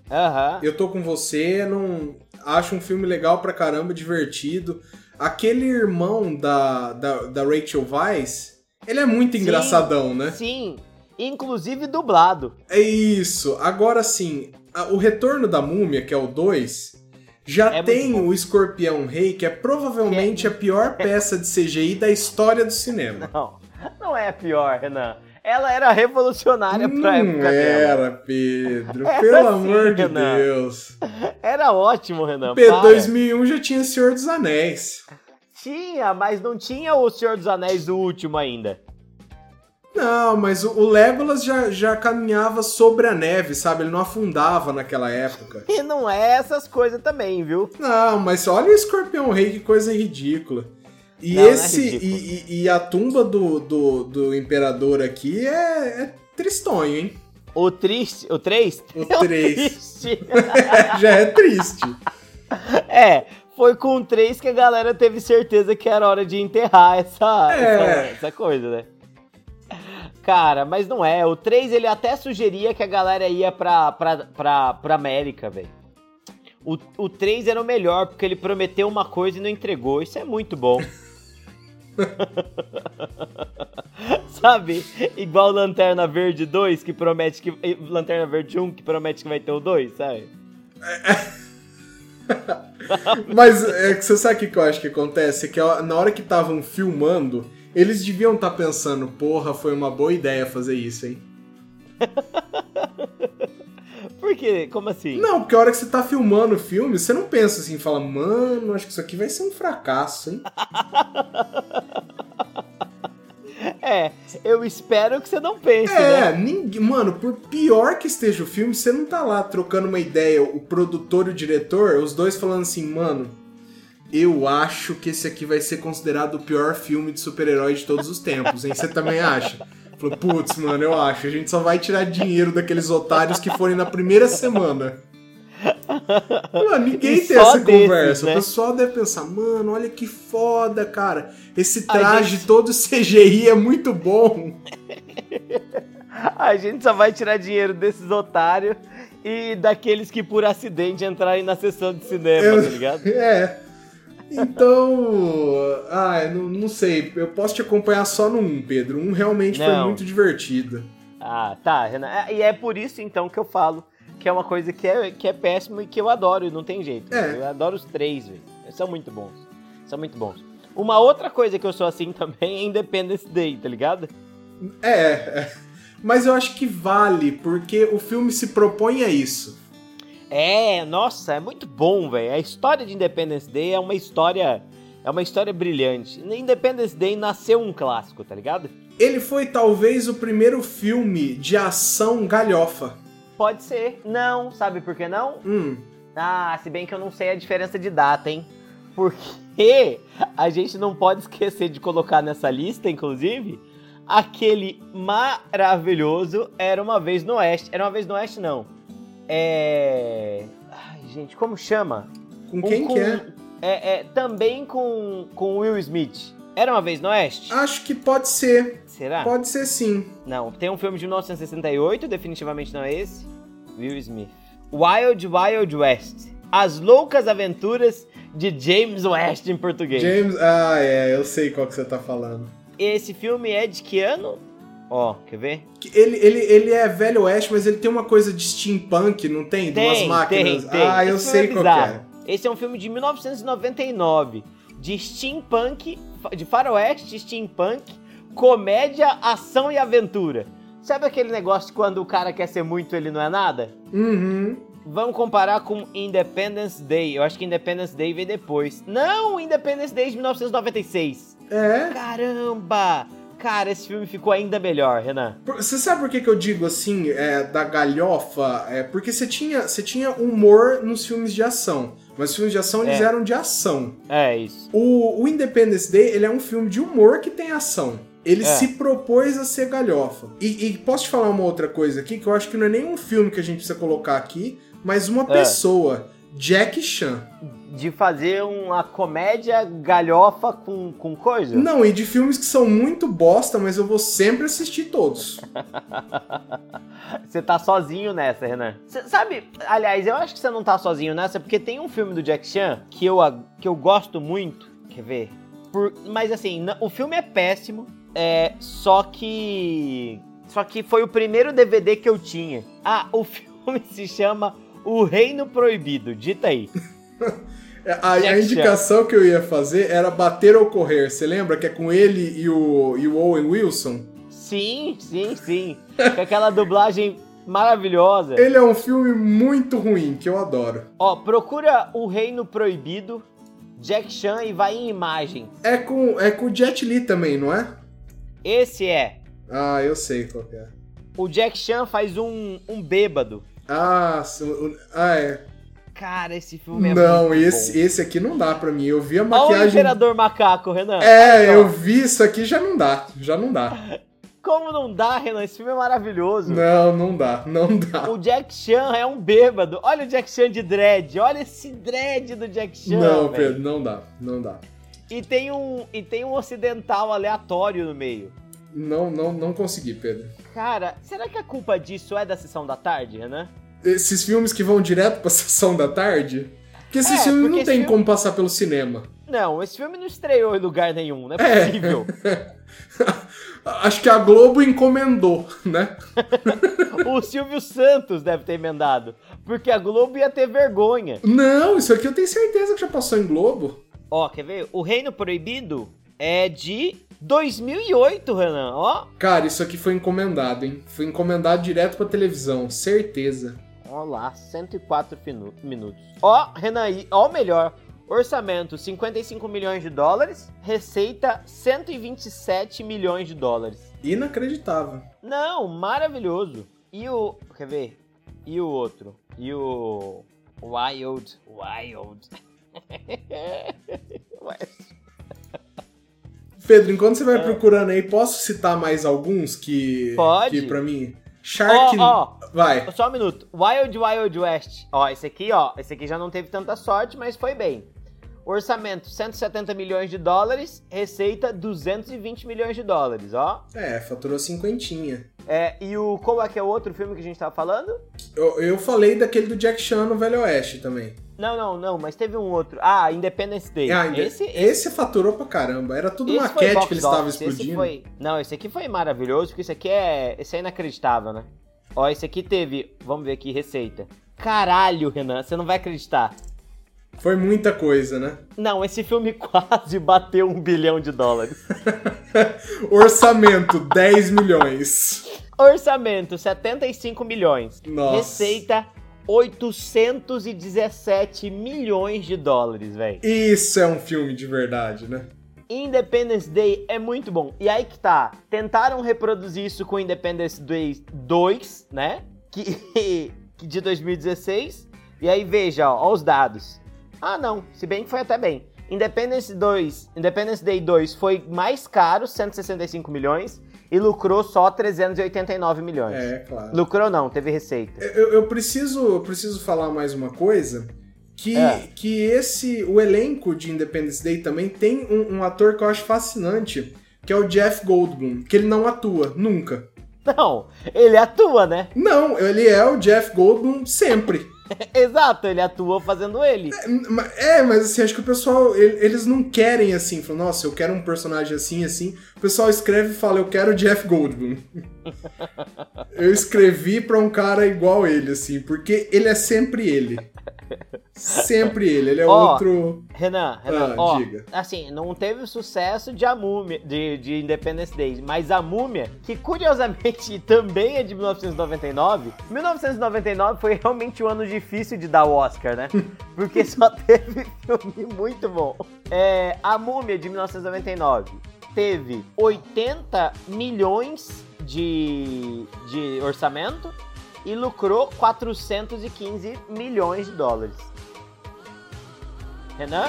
[SPEAKER 1] Aham.
[SPEAKER 2] Eu tô com você, não acho um filme legal pra caramba, divertido. Aquele irmão da, da, da Rachel Weisz, ele é muito
[SPEAKER 1] Sim.
[SPEAKER 2] engraçadão, né?
[SPEAKER 1] Sim, inclusive dublado.
[SPEAKER 2] É isso. Agora sim, a- o Retorno da Múmia, que é o 2, já
[SPEAKER 1] É muito
[SPEAKER 2] tem
[SPEAKER 1] bom.
[SPEAKER 2] o Escorpião Rei, que é provavelmente a pior peça de CGI da história do cinema.
[SPEAKER 1] Não, não é a pior, Renan. Ela era revolucionária
[SPEAKER 2] Não é.
[SPEAKER 1] pra época dela. É assim,
[SPEAKER 2] era,
[SPEAKER 1] [laughs]
[SPEAKER 2] Pedro.
[SPEAKER 1] Era
[SPEAKER 2] Pelo
[SPEAKER 1] sim,
[SPEAKER 2] amor de
[SPEAKER 1] Renan.
[SPEAKER 2] Deus.
[SPEAKER 1] Era ótimo, Renan. para.
[SPEAKER 2] Pedro, 2001 já tinha Senhor dos Anéis.
[SPEAKER 1] Tinha, mas não tinha o Senhor dos Anéis o último ainda.
[SPEAKER 2] Não, mas o, o Legolas já, já caminhava sobre a neve, sabe? Ele não afundava naquela época.
[SPEAKER 1] E não é essas coisas também, viu?
[SPEAKER 2] Não, mas olha o Escorpião Rei, que coisa ridícula. E
[SPEAKER 1] Não, não é
[SPEAKER 2] esse.
[SPEAKER 1] ridículo.
[SPEAKER 2] e, e- e a tumba do, do, do imperador aqui é, é tristonho, hein? [laughs]
[SPEAKER 1] O triste. O 3?
[SPEAKER 2] O
[SPEAKER 1] [laughs]
[SPEAKER 2] três.
[SPEAKER 1] triste.
[SPEAKER 2] já é triste.
[SPEAKER 1] É, foi com o 3 que a galera teve certeza que era hora de enterrar essa,
[SPEAKER 2] É.
[SPEAKER 1] essa, essa coisa, né? Cara, mas não é. O 3 ele até sugeria que a galera ia pra, pra, pra, pra América, velho. O, o 3 era o melhor, porque ele prometeu uma coisa e não entregou. Isso é muito bom. [laughs] Sabe? Igual Lanterna Verde 2, que promete que. eh, Lanterna Verde 1, que promete que vai ter o 2, sabe?
[SPEAKER 2] Mas é que você sabe o que que eu acho que acontece? Que ó, na hora que estavam filmando, eles deviam estar pensando, porra, foi uma boa ideia fazer isso, hein?
[SPEAKER 1] Por quê? Como assim?
[SPEAKER 2] Não, porque a hora que você tá filmando o filme, você não pensa assim, fala, mano, acho que isso aqui vai ser um fracasso, hein?
[SPEAKER 1] É, eu espero que você não pense, né?
[SPEAKER 2] É, ninguém, mano, por pior que esteja o filme, você não tá lá trocando uma ideia, o produtor e o diretor, os dois falando assim, mano, eu acho que esse aqui vai ser considerado o pior filme de super-herói de todos os tempos, hein? Você também acha? Falou, putz, mano, eu acho, a gente só vai tirar dinheiro daqueles otários que forem na primeira semana. Mano, ninguém
[SPEAKER 1] E
[SPEAKER 2] tem
[SPEAKER 1] só
[SPEAKER 2] essa
[SPEAKER 1] desses,
[SPEAKER 2] conversa.
[SPEAKER 1] né?
[SPEAKER 2] O pessoal deve pensar, mano, olha que foda, cara. Esse
[SPEAKER 1] A
[SPEAKER 2] traje todo CGI é muito bom.
[SPEAKER 1] A gente só vai tirar dinheiro desses otários e daqueles que por acidente entrarem na sessão de cinema,
[SPEAKER 2] Eu-
[SPEAKER 1] tá ligado?
[SPEAKER 2] É. Então. ah, eu não, não sei. Eu posso te acompanhar só no 1, Pedro. Um realmente foi
[SPEAKER 1] Não.
[SPEAKER 2] muito divertido.
[SPEAKER 1] Ah, tá, Renan. É, E é por isso então que eu falo que é uma coisa que é, que é péssimo e que eu adoro, e não tem jeito.
[SPEAKER 2] É.
[SPEAKER 1] Eu adoro os três, velho. Eles São muito bons. São muito bons. Uma outra coisa que eu sou assim [laughs] também é Independence Day, tá ligado?
[SPEAKER 2] É, é. Mas eu acho que vale, porque o filme se propõe a isso.
[SPEAKER 1] É, nossa, é muito bom, velho. A história de Independence Day é uma história. É uma história brilhante. Independence Day nasceu um clássico, tá ligado?
[SPEAKER 2] Ele foi talvez o primeiro filme de ação galhofa.
[SPEAKER 1] Pode ser. Não, sabe por que não?
[SPEAKER 2] Hum,
[SPEAKER 1] Ah, se bem que eu não sei a diferença de data, hein? Porque a gente não pode esquecer de colocar nessa lista, inclusive, aquele maravilhoso Era Uma Vez no Oeste. Era Uma Vez no Oeste, não. É... Ai, gente, como chama?
[SPEAKER 2] com
[SPEAKER 1] Um
[SPEAKER 2] quem
[SPEAKER 1] com-
[SPEAKER 2] que é?
[SPEAKER 1] É, é, também com, com Will Smith. Era Uma Vez no Oeste?
[SPEAKER 2] Acho que pode ser.
[SPEAKER 1] Será?
[SPEAKER 2] Ah, Pode ser sim.
[SPEAKER 1] Não, tem um filme de 1968, definitivamente não é esse. Will Smith. Wild Wild West. As Loucas Aventuras de James West em português.
[SPEAKER 2] James. Ah, é, eu sei qual que você tá falando.
[SPEAKER 1] Esse filme é de que ano? Ó, quer ver?
[SPEAKER 2] Que Ele, ele, ele é velho oeste, mas ele tem uma coisa de steampunk, não tem? De umas máquinas.
[SPEAKER 1] Tem, tem.
[SPEAKER 2] Ah, eu
[SPEAKER 1] Esse filme
[SPEAKER 2] sei
[SPEAKER 1] é
[SPEAKER 2] qual que é.
[SPEAKER 1] bizarro. Esse é um filme de 1999, de steampunk, fa- de faroeste, steampunk, comédia, ação e aventura. Sabe aquele negócio de quando o cara quer ser muito, ele não é nada?
[SPEAKER 2] Uhum.
[SPEAKER 1] Vamos comparar com Independence Day. Eu acho que Independence Day veio depois. Não, Independence Day de 1996.
[SPEAKER 2] É.
[SPEAKER 1] Caramba! Cara, esse filme ficou ainda melhor, Renan.
[SPEAKER 2] Por- Você sabe por que, que eu digo assim, é, da galhofa? É porque você tinha, você tinha humor nos filmes de ação. Mas os filmes de ação, eles
[SPEAKER 1] É.
[SPEAKER 2] eram de ação.
[SPEAKER 1] É isso.
[SPEAKER 2] O, o Independence Day, ele é um filme de humor que tem ação. Ele
[SPEAKER 1] É.
[SPEAKER 2] se propôs a ser galhofa. E, e posso te falar uma outra coisa aqui, que eu acho que não é nenhum filme que a gente precisa colocar aqui, mas uma
[SPEAKER 1] É.
[SPEAKER 2] pessoa, Jack Chan.
[SPEAKER 1] De fazer uma comédia galhofa com, com coisa?
[SPEAKER 2] Não, e de filmes que são muito bosta, mas eu vou sempre assistir todos.
[SPEAKER 1] [laughs] Você tá sozinho nessa, Renan. Cê sabe, aliás, eu acho que você não tá sozinho nessa, porque tem um filme do Jack Chan que eu, a- que eu gosto muito. Quer ver? Por- mas assim, n- o filme é péssimo, é, só que. Só que foi o primeiro DVD que eu tinha. Ah, o [laughs] filme se chama O Reino Proibido. Dita aí.
[SPEAKER 2] É, A, a
[SPEAKER 1] Jack Chan.
[SPEAKER 2] indicação que eu ia fazer era bater ou correr. Você lembra que é com ele e o, e o Owen Wilson?
[SPEAKER 1] Sim, sim, sim. Com aquela dublagem maravilhosa.
[SPEAKER 2] Ele é um filme muito ruim, que eu adoro.
[SPEAKER 1] Ó, procura O Reino Proibido, Jack Chan e vai em imagem.
[SPEAKER 2] É com, é com o Jet Li também, não é?
[SPEAKER 1] Esse é.
[SPEAKER 2] Ah, eu sei qual que é.
[SPEAKER 1] O Jack Chan faz um, um bêbado.
[SPEAKER 2] Ah, su- o- ah é.
[SPEAKER 1] Cara, esse filme é
[SPEAKER 2] Não,
[SPEAKER 1] muito
[SPEAKER 2] esse,
[SPEAKER 1] bom.
[SPEAKER 2] esse aqui não dá pra mim. Eu vi a
[SPEAKER 1] Olha o
[SPEAKER 2] maquiagem.
[SPEAKER 1] Imperador Macaco, Renan.
[SPEAKER 2] É,
[SPEAKER 1] Olha
[SPEAKER 2] eu
[SPEAKER 1] só.
[SPEAKER 2] vi isso aqui já não dá. Já
[SPEAKER 1] [laughs]
[SPEAKER 2] não dá.
[SPEAKER 1] Como não dá, Renan? Esse filme é maravilhoso.
[SPEAKER 2] Não, não dá. Não dá.
[SPEAKER 1] O Jack Chan é um bêbado. Olha o Jack Chan de dread. Olha esse dread do Jack Chan.
[SPEAKER 2] Não,
[SPEAKER 1] velho.
[SPEAKER 2] Pedro, não dá. Não dá.
[SPEAKER 1] E tem um e tem um ocidental aleatório no meio.
[SPEAKER 2] Não, não, não consegui, Pedro.
[SPEAKER 1] Cara, será que a culpa disso é da sessão da tarde, Renan?
[SPEAKER 2] Esses filmes que vão direto pra [laughs] sessão da tarde. Porque esses
[SPEAKER 1] É,
[SPEAKER 2] filmes
[SPEAKER 1] porque
[SPEAKER 2] não
[SPEAKER 1] esse
[SPEAKER 2] tem
[SPEAKER 1] filme-
[SPEAKER 2] como passar pelo cinema. [laughs]
[SPEAKER 1] Não, esse filme não estreou em lugar nenhum, não é
[SPEAKER 2] É. [laughs]
[SPEAKER 1] possível.
[SPEAKER 2] Acho que a Globo encomendou, né?
[SPEAKER 1] O Silvio Santos deve ter emendado, porque a Globo ia ter vergonha.
[SPEAKER 2] Não, isso aqui eu tenho certeza que já passou em Globo.
[SPEAKER 1] Ó, quer ver? O Reino Proibido é de 2008, Renan, ó.
[SPEAKER 2] Cara, isso aqui foi encomendado, hein? Foi encomendado direto pra televisão, certeza.
[SPEAKER 1] Ó lá, 104 finu- minutos. Ó, Renan, e- ó o melhor. Orçamento, 55 milhões de dólares. Receita, 127 milhões de dólares.
[SPEAKER 2] Inacreditável.
[SPEAKER 1] Não, maravilhoso. E o... Quer ver? E o outro? E o... Wild. Wild. [laughs] West.
[SPEAKER 2] Pedro, enquanto você
[SPEAKER 1] É.
[SPEAKER 2] vai procurando aí, posso citar mais alguns que.
[SPEAKER 1] Pode.
[SPEAKER 2] Que pra mim.
[SPEAKER 1] Ó,
[SPEAKER 2] Shark.
[SPEAKER 1] ó,
[SPEAKER 2] Vai.
[SPEAKER 1] só um minuto. Wild Wild West. Ó, esse aqui, ó. Esse aqui já não teve tanta sorte, mas foi bem. Orçamento, 170 milhões de dólares. Receita, 220 milhões de dólares, ó.
[SPEAKER 2] É, faturou cinquentinha.
[SPEAKER 1] É, e o... Qual é que é o outro filme que a gente tava falando?
[SPEAKER 2] Eu, eu falei daquele do Jack Chan no Velho Oeste também.
[SPEAKER 1] Não, não, não. Mas teve um outro. Ah, Independence Day.
[SPEAKER 2] Ah, ainda-
[SPEAKER 1] esse...
[SPEAKER 2] esse faturou pra caramba. Era tudo
[SPEAKER 1] esse foi
[SPEAKER 2] maquete
[SPEAKER 1] box
[SPEAKER 2] que eles estavam
[SPEAKER 1] office, esse
[SPEAKER 2] explodindo.
[SPEAKER 1] foi- Não, esse aqui foi maravilhoso, porque esse aqui é... Esse é inacreditável, né? Ó, esse aqui teve... Vamos ver aqui, receita. Caralho, Renan, você não vai acreditar.
[SPEAKER 2] foi muita coisa, né? [laughs]
[SPEAKER 1] Não, esse filme [laughs] quase bateu um bilhão de dólares.
[SPEAKER 2] Orçamento: [laughs] 10 milhões.
[SPEAKER 1] Orçamento, 75 milhões.
[SPEAKER 2] Nossa.
[SPEAKER 1] Receita, 817 milhões de dólares, velho.
[SPEAKER 2] Isso é um filme de verdade, né?
[SPEAKER 1] Independence Day é muito bom. E aí que tá. Tentaram reproduzir isso com Independence Day 2, né? Que, [laughs] que de 2016. E aí veja, ó, ó os dados. Ah, não. Se bem que foi até bem. Independence 2, Independence Day 2 foi mais caro, 165 milhões, e lucrou só 389 milhões.
[SPEAKER 2] É, claro.
[SPEAKER 1] Lucrou não, teve receita. [laughs]
[SPEAKER 2] Eu, eu preciso, eu preciso falar mais uma coisa. Que,
[SPEAKER 1] É.
[SPEAKER 2] que esse. O elenco de Independence Day também tem um, um ator que eu acho fascinante, que é o Jeff Goldblum, que ele não atua, nunca.
[SPEAKER 1] Não, ele atua, né? [laughs]
[SPEAKER 2] Não, ele é o Jeff Goldblum sempre.
[SPEAKER 1] Exato, ele atua fazendo ele.
[SPEAKER 2] Ma- É, mas assim, acho que o pessoal. ele- Eles não querem assim, falam, nossa, eu quero um personagem assim, assim. O pessoal escreve e fala, eu quero o Jeff Goldblum. eu escrevi pra um cara igual ele, assim, porque ele é sempre ele. Sempre ele, ele é
[SPEAKER 1] Ó,
[SPEAKER 2] outro.
[SPEAKER 1] Renan, Renan,
[SPEAKER 2] Ah,
[SPEAKER 1] ó,
[SPEAKER 2] diga.
[SPEAKER 1] assim, não teve o sucesso de a Múmia, de, de Independence Day, mas a Múmia, que curiosamente [laughs] também é de 1999, 1999 foi realmente um ano difícil de dar o Oscar,
[SPEAKER 2] [laughs]
[SPEAKER 1] né? Porque só teve [laughs] filme muito bom. É, a Múmia de 1999 teve 80 milhões de, de orçamento e lucrou 415 milhões de dólares. Renan?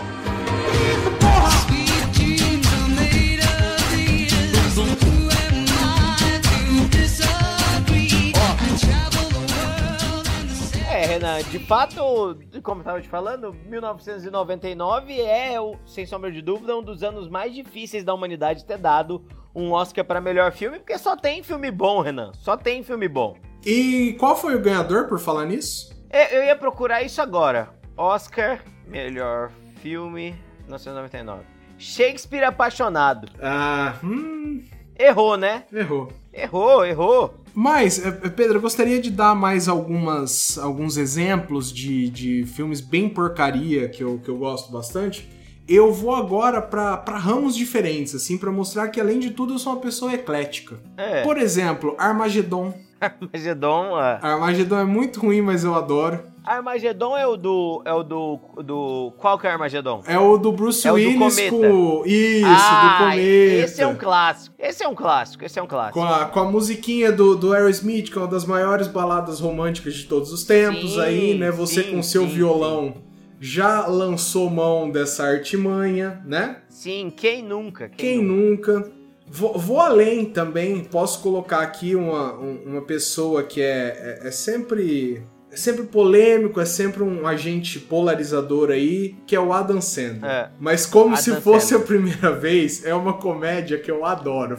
[SPEAKER 1] É, Renan, de fato, como eu tava te falando, 1999 é, o- sem sombra de dúvida, um dos anos mais difíceis da humanidade ter dado um Oscar pra melhor filme, porque só tem filme bom, Renan. Só tem filme bom.
[SPEAKER 2] E qual foi o ganhador por falar nisso?
[SPEAKER 1] É, Eu ia procurar isso agora. Oscar, melhor filme, 1999. Shakespeare apaixonado.
[SPEAKER 2] Ah, hum,
[SPEAKER 1] Errou, né?
[SPEAKER 2] errou.
[SPEAKER 1] Errou, errou.
[SPEAKER 2] Mas, eh, eh, Pedro, eu gostaria de dar mais algumas, alguns exemplos de, de filmes bem porcaria que eu, que eu gosto bastante. Eu vou agora pra pra ramos diferentes, assim, pra mostrar que, além de tudo, eu sou uma pessoa eclética.
[SPEAKER 1] É,
[SPEAKER 2] Por exemplo, Armagedon.
[SPEAKER 1] Armagedon, é.
[SPEAKER 2] Armagedon é muito ruim, mas eu adoro.
[SPEAKER 1] Armagedon é o do. É o do. do qual que é o Armagedon?
[SPEAKER 2] É o do Bruce
[SPEAKER 1] É o do
[SPEAKER 2] Willis
[SPEAKER 1] cometa.
[SPEAKER 2] com... Isso, do
[SPEAKER 1] ah,
[SPEAKER 2] cometa.
[SPEAKER 1] esse é um clássico. Esse é um clássico, esse é um
[SPEAKER 2] Com
[SPEAKER 1] clássico.
[SPEAKER 2] a, com a musiquinha do, do Aerosmith, que é uma das maiores baladas românticas de todos os tempos
[SPEAKER 1] Sim,
[SPEAKER 2] aí, né? Você
[SPEAKER 1] sim,
[SPEAKER 2] com seu
[SPEAKER 1] sim,
[SPEAKER 2] violão já lançou mão dessa artimanha, né?
[SPEAKER 1] Sim, quem nunca?
[SPEAKER 2] Quem
[SPEAKER 1] nunca?
[SPEAKER 2] nunca? Vou, vou além também, posso colocar aqui uma, um- uma pessoa que é, é, é sempre... É sempre polêmico, é sempre um agente polarizador aí, que é o Adam Sandler.
[SPEAKER 1] É.
[SPEAKER 2] Mas como
[SPEAKER 1] Adam
[SPEAKER 2] se fosse
[SPEAKER 1] Sandler.
[SPEAKER 2] a primeira [laughs] vez, é uma comédia que eu adoro.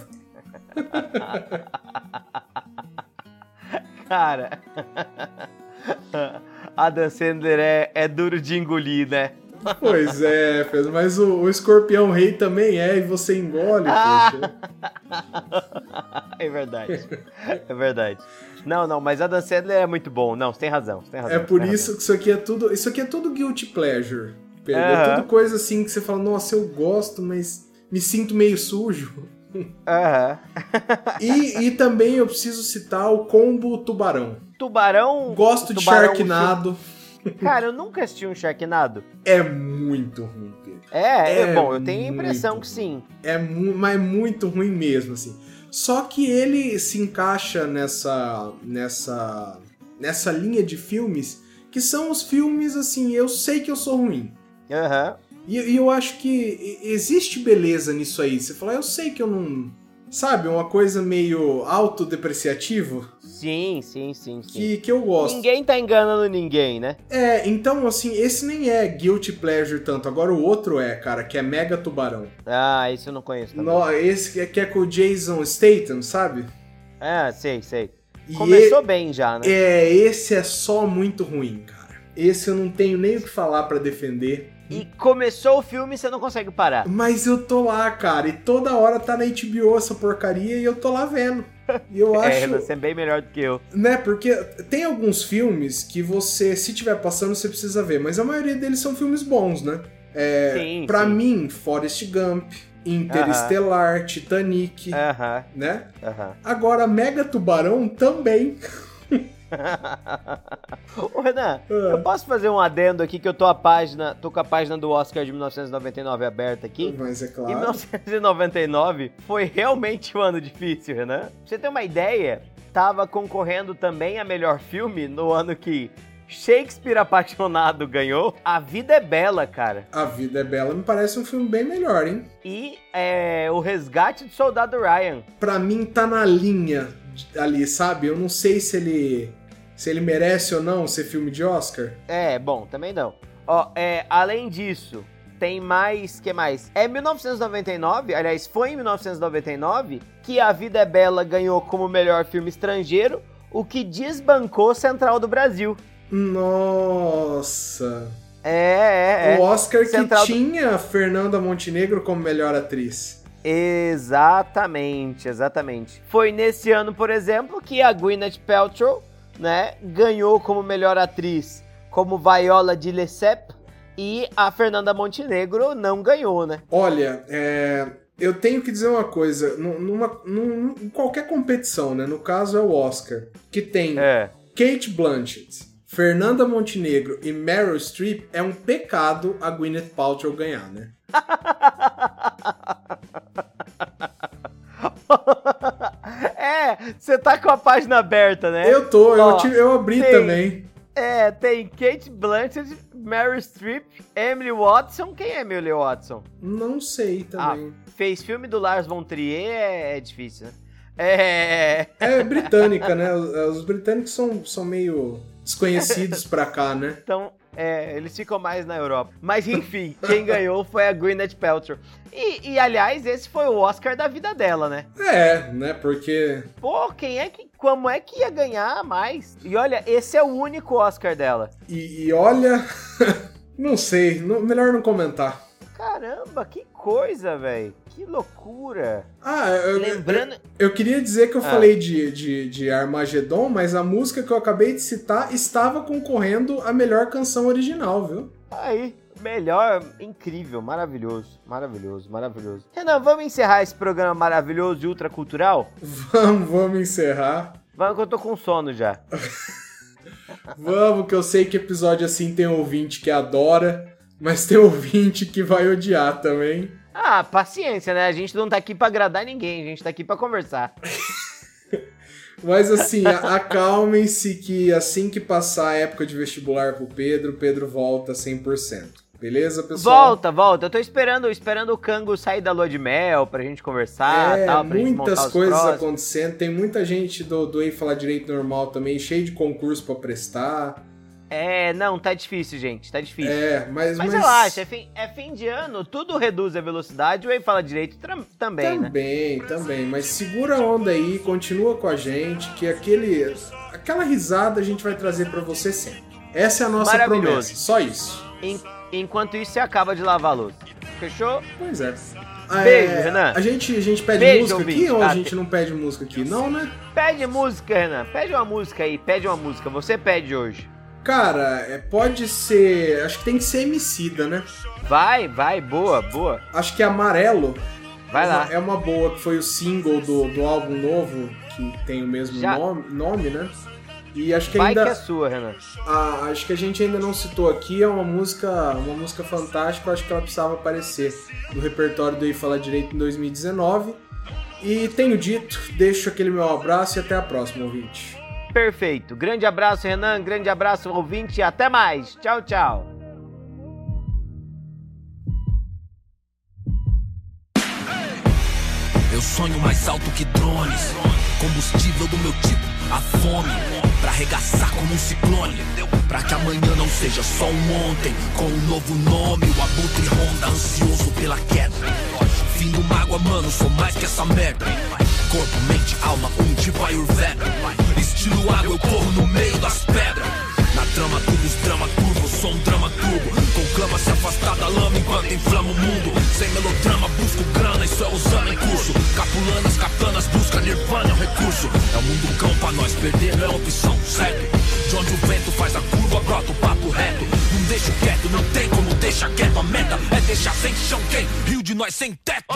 [SPEAKER 1] Cara. [laughs] Adam Sandler é, é duro de engolir, né?
[SPEAKER 2] Pois é, Pedro, mas o, o escorpião rei também é, e você engole, poxa.
[SPEAKER 1] É verdade. É verdade. Não, não, mas Adam Sandler é muito bom. Não, você tem razão. você tem razão
[SPEAKER 2] É por
[SPEAKER 1] você tem
[SPEAKER 2] isso que isso aqui é tudo. Isso aqui é tudo guilty pleasure. Pedro. É
[SPEAKER 1] Aham.
[SPEAKER 2] tudo coisa assim que você fala, nossa, eu gosto, mas me sinto meio sujo.
[SPEAKER 1] razão. Aham.
[SPEAKER 2] E, e também eu preciso citar o combo tubarão.
[SPEAKER 1] Tubarão.
[SPEAKER 2] Gosto de
[SPEAKER 1] Tubarão,
[SPEAKER 2] Sharknado.
[SPEAKER 1] Cara, eu nunca assisti um Sharknado.
[SPEAKER 2] É muito ruim, Pedro.
[SPEAKER 1] É, é
[SPEAKER 2] É
[SPEAKER 1] bom, eu tenho a impressão
[SPEAKER 2] muito
[SPEAKER 1] que sim.
[SPEAKER 2] É mu mas muito ruim mesmo, assim. Só que ele se encaixa nessa nessa nessa linha de filmes que são os filmes assim, eu sei que eu sou ruim.
[SPEAKER 1] Aham.
[SPEAKER 2] E, e eu acho que e- existe beleza nisso aí. Você falar, eu sei que eu não. Sabe, uma coisa meio autodepreciativo
[SPEAKER 1] Sim, sim, sim, sim.
[SPEAKER 2] que, que eu gosto.
[SPEAKER 1] Ninguém tá enganando ninguém, né?
[SPEAKER 2] É, então assim, esse nem é Guilty Pleasure tanto. Agora o outro é, cara, que é Mega Tubarão.
[SPEAKER 1] Ah, isso eu não conheço também.
[SPEAKER 2] No, esse que é, que é com o Jason Statham, sabe?
[SPEAKER 1] Ah, sei, sei.
[SPEAKER 2] E e-
[SPEAKER 1] Começou bem já, né?
[SPEAKER 2] É, esse é só muito ruim, cara. Esse eu não tenho nem o que falar pra defender.
[SPEAKER 1] E começou o filme e você não consegue parar.
[SPEAKER 2] Mas eu tô lá, cara, e toda hora tá na HBO essa porcaria e eu tô lá vendo. E eu
[SPEAKER 1] [laughs] É,
[SPEAKER 2] acho,
[SPEAKER 1] você é bem melhor do que eu.
[SPEAKER 2] né, porque tem alguns filmes que você, se tiver passando, você precisa ver, mas a maioria deles são filmes bons, né? É,
[SPEAKER 1] Sim,
[SPEAKER 2] pra
[SPEAKER 1] sim.
[SPEAKER 2] mim, Forrest Gump, Interestelar, Titanic,
[SPEAKER 1] É. Aham,
[SPEAKER 2] né?
[SPEAKER 1] aham. [laughs]
[SPEAKER 2] Agora, Mega Tubarão também.
[SPEAKER 1] Ô, Renan,
[SPEAKER 2] Ah.
[SPEAKER 1] eu posso fazer um adendo aqui que eu tô a página, tô com a página do Oscar de 1999 aberta aqui.
[SPEAKER 2] Mas é
[SPEAKER 1] E
[SPEAKER 2] claro.
[SPEAKER 1] 1999 foi realmente um ano difícil, Renan. Pra você ter uma ideia, tava concorrendo também a melhor filme no ano que Shakespeare Apaixonado ganhou. A Vida é Bela, cara.
[SPEAKER 2] A Vida é Bela me parece um filme bem melhor, hein?
[SPEAKER 1] E é, O Resgate do Soldado Ryan.
[SPEAKER 2] Pra mim tá na linha de- ali, sabe? Eu não sei se ele se ele merece ou não ser filme de Oscar.
[SPEAKER 1] É, bom, também não. Ó, é, além disso, tem mais, que mais? É 1999, aliás, foi em 1999 que A Vida é Bela ganhou como melhor filme estrangeiro, o que desbancou Central do Brasil.
[SPEAKER 2] Nossa.
[SPEAKER 1] É, é,
[SPEAKER 2] o Oscar
[SPEAKER 1] Central do-
[SPEAKER 2] que tinha Fernanda Montenegro como melhor atriz.
[SPEAKER 1] é. Exatamente, exatamente. Foi nesse ano, por exemplo, que a Gwyneth Paltrow, né, ganhou como melhor atriz, como Viola de Lesseps, e a Fernanda Montenegro não ganhou, né?
[SPEAKER 2] Olha, é, eu tenho que dizer uma coisa, nu- numa, num- em qualquer competição, né? No caso é o Oscar, que tem
[SPEAKER 1] É.
[SPEAKER 2] Kate Blanchett, Fernanda Montenegro e Meryl Streep, é um pecado a Gwyneth Paltrow ganhar, né?
[SPEAKER 1] [laughs] é, você tá com a página aberta, né?
[SPEAKER 2] Eu tô, eu,
[SPEAKER 1] Ó,
[SPEAKER 2] tive- eu abri
[SPEAKER 1] tem-
[SPEAKER 2] também.
[SPEAKER 1] É, tem Kate Blanchett, Mary Streep, Emily Watson. Quem é Emily Watson?
[SPEAKER 2] Não sei também.
[SPEAKER 1] Fez filme do Lars von Trier, é, é difícil, né? É,
[SPEAKER 2] É britânica, né? Os, os britânicos são, são meio desconhecidos pra cá, né?
[SPEAKER 1] então, é, eles ficam mais na Europa. Mas enfim, quem ganhou foi a Gwyneth Paltrow. E, e, aliás, esse foi o Oscar da vida dela, né?
[SPEAKER 2] É, né? Porque
[SPEAKER 1] Pô, quem é que, como é que ia ganhar mais? E olha, esse é o único Oscar dela.
[SPEAKER 2] E, e olha, [laughs] não sei, não- melhor não comentar.
[SPEAKER 1] Caramba, que coisa, velho. Que loucura.
[SPEAKER 2] Ah, eu,
[SPEAKER 1] Lembrando.
[SPEAKER 2] eu queria dizer que eu
[SPEAKER 1] Ah.
[SPEAKER 2] falei de, de, de Armagedon, mas a música que eu acabei de citar estava concorrendo à melhor canção original, viu?
[SPEAKER 1] Aí, melhor, incrível, maravilhoso, maravilhoso, maravilhoso. Renan, vamos encerrar esse programa maravilhoso e ultracultural?
[SPEAKER 2] Vamos, vamos encerrar.
[SPEAKER 1] Vamos que eu tô com sono já.
[SPEAKER 2] Vamos, que eu sei que episódio assim tem ouvinte que adora, mas tem ouvinte que vai odiar também.
[SPEAKER 1] Ah, paciência, né? A gente não tá aqui pra agradar ninguém, a gente tá aqui pra conversar.
[SPEAKER 2] Mas assim, a- acalmem-se que assim que passar a época de vestibular pro Pedro, o Pedro volta 100%. Beleza, pessoal?
[SPEAKER 1] Volta, volta. Eu tô esperando, esperando o Cango sair da lua de mel pra gente conversar
[SPEAKER 2] é,
[SPEAKER 1] tal, Ah, tá, pra gente montar
[SPEAKER 2] muitas
[SPEAKER 1] os
[SPEAKER 2] coisas
[SPEAKER 1] próximos.
[SPEAKER 2] acontecendo. Tem muita gente do, do Ei Falar Direito Normal também, cheio de concurso pra prestar.
[SPEAKER 1] É, não, tá difícil, gente, tá difícil.
[SPEAKER 2] É, mas.
[SPEAKER 1] Mas, relaxa, é fim, é fim de ano, tudo reduz a velocidade, o Ei Fala Direito tra- também, né?
[SPEAKER 2] Também, também. Mas segura a onda aí, continua com a gente, que aquele, aquela risada a gente vai trazer pra você sempre. Essa é a nossa
[SPEAKER 1] Maravilhoso.
[SPEAKER 2] promessa, só isso.
[SPEAKER 1] En- enquanto isso, você acaba de lavar a louça. Fechou?
[SPEAKER 2] Pois é. Ah,
[SPEAKER 1] Beijo,
[SPEAKER 2] é,
[SPEAKER 1] Renan.
[SPEAKER 2] A gente, a gente pede
[SPEAKER 1] Beijo,
[SPEAKER 2] música
[SPEAKER 1] ouvinte.
[SPEAKER 2] aqui ou
[SPEAKER 1] Ah,
[SPEAKER 2] a gente não pede música aqui? Não, né?
[SPEAKER 1] Pede música, Renan. Pede uma música aí, pede uma música. Você pede hoje.
[SPEAKER 2] Cara, é, pode ser. Acho que tem que ser emicida, né?
[SPEAKER 1] Vai, vai, boa, boa.
[SPEAKER 2] Acho que é amarelo.
[SPEAKER 1] Vai lá.
[SPEAKER 2] É uma boa, que foi o single do, do álbum novo, que tem o mesmo
[SPEAKER 1] Já-
[SPEAKER 2] nome, nome, né? E acho que
[SPEAKER 1] Vai que
[SPEAKER 2] ainda.
[SPEAKER 1] é sua, Renan.
[SPEAKER 2] a- Ah, acho que a gente ainda não citou aqui, é uma música, uma música fantástica, eu acho que ela precisava aparecer no repertório do E Falar Direito em 2019. E tenho dito, deixo aquele meu abraço e até a próxima, ouvinte.
[SPEAKER 1] Perfeito. Grande abraço, Renan. Grande abraço, ouvinte. e Até mais. Tchau, tchau.
[SPEAKER 3] Eu sonho mais alto que drones. Combustível do meu tipo, a fome. Pra arregaçar como um ciclone. Pra que amanhã não seja só um ontem. Com um novo nome, o abutre ronda, ansioso pela queda. Fim do mágoa, mano, sou mais que essa merda. Corpo, mente, alma, um tipo Ayurveda. Estilo água, eu corro no meio das pedras. Na trama tudo os drama turbo, sou um drama turbo Com clama se afastada, lama enquanto inflama o mundo Sem melodrama, busco grana, isso é usando em curso Capulanas, captanas, busca nirvana, é um recurso É o mundo cão pra nós, perder não é opção, certo? De onde o vento faz a curva, brota o papo reto Não deixo quieto, não tem como deixar quieto A meta é deixar sem chão quem riu de nós sem teto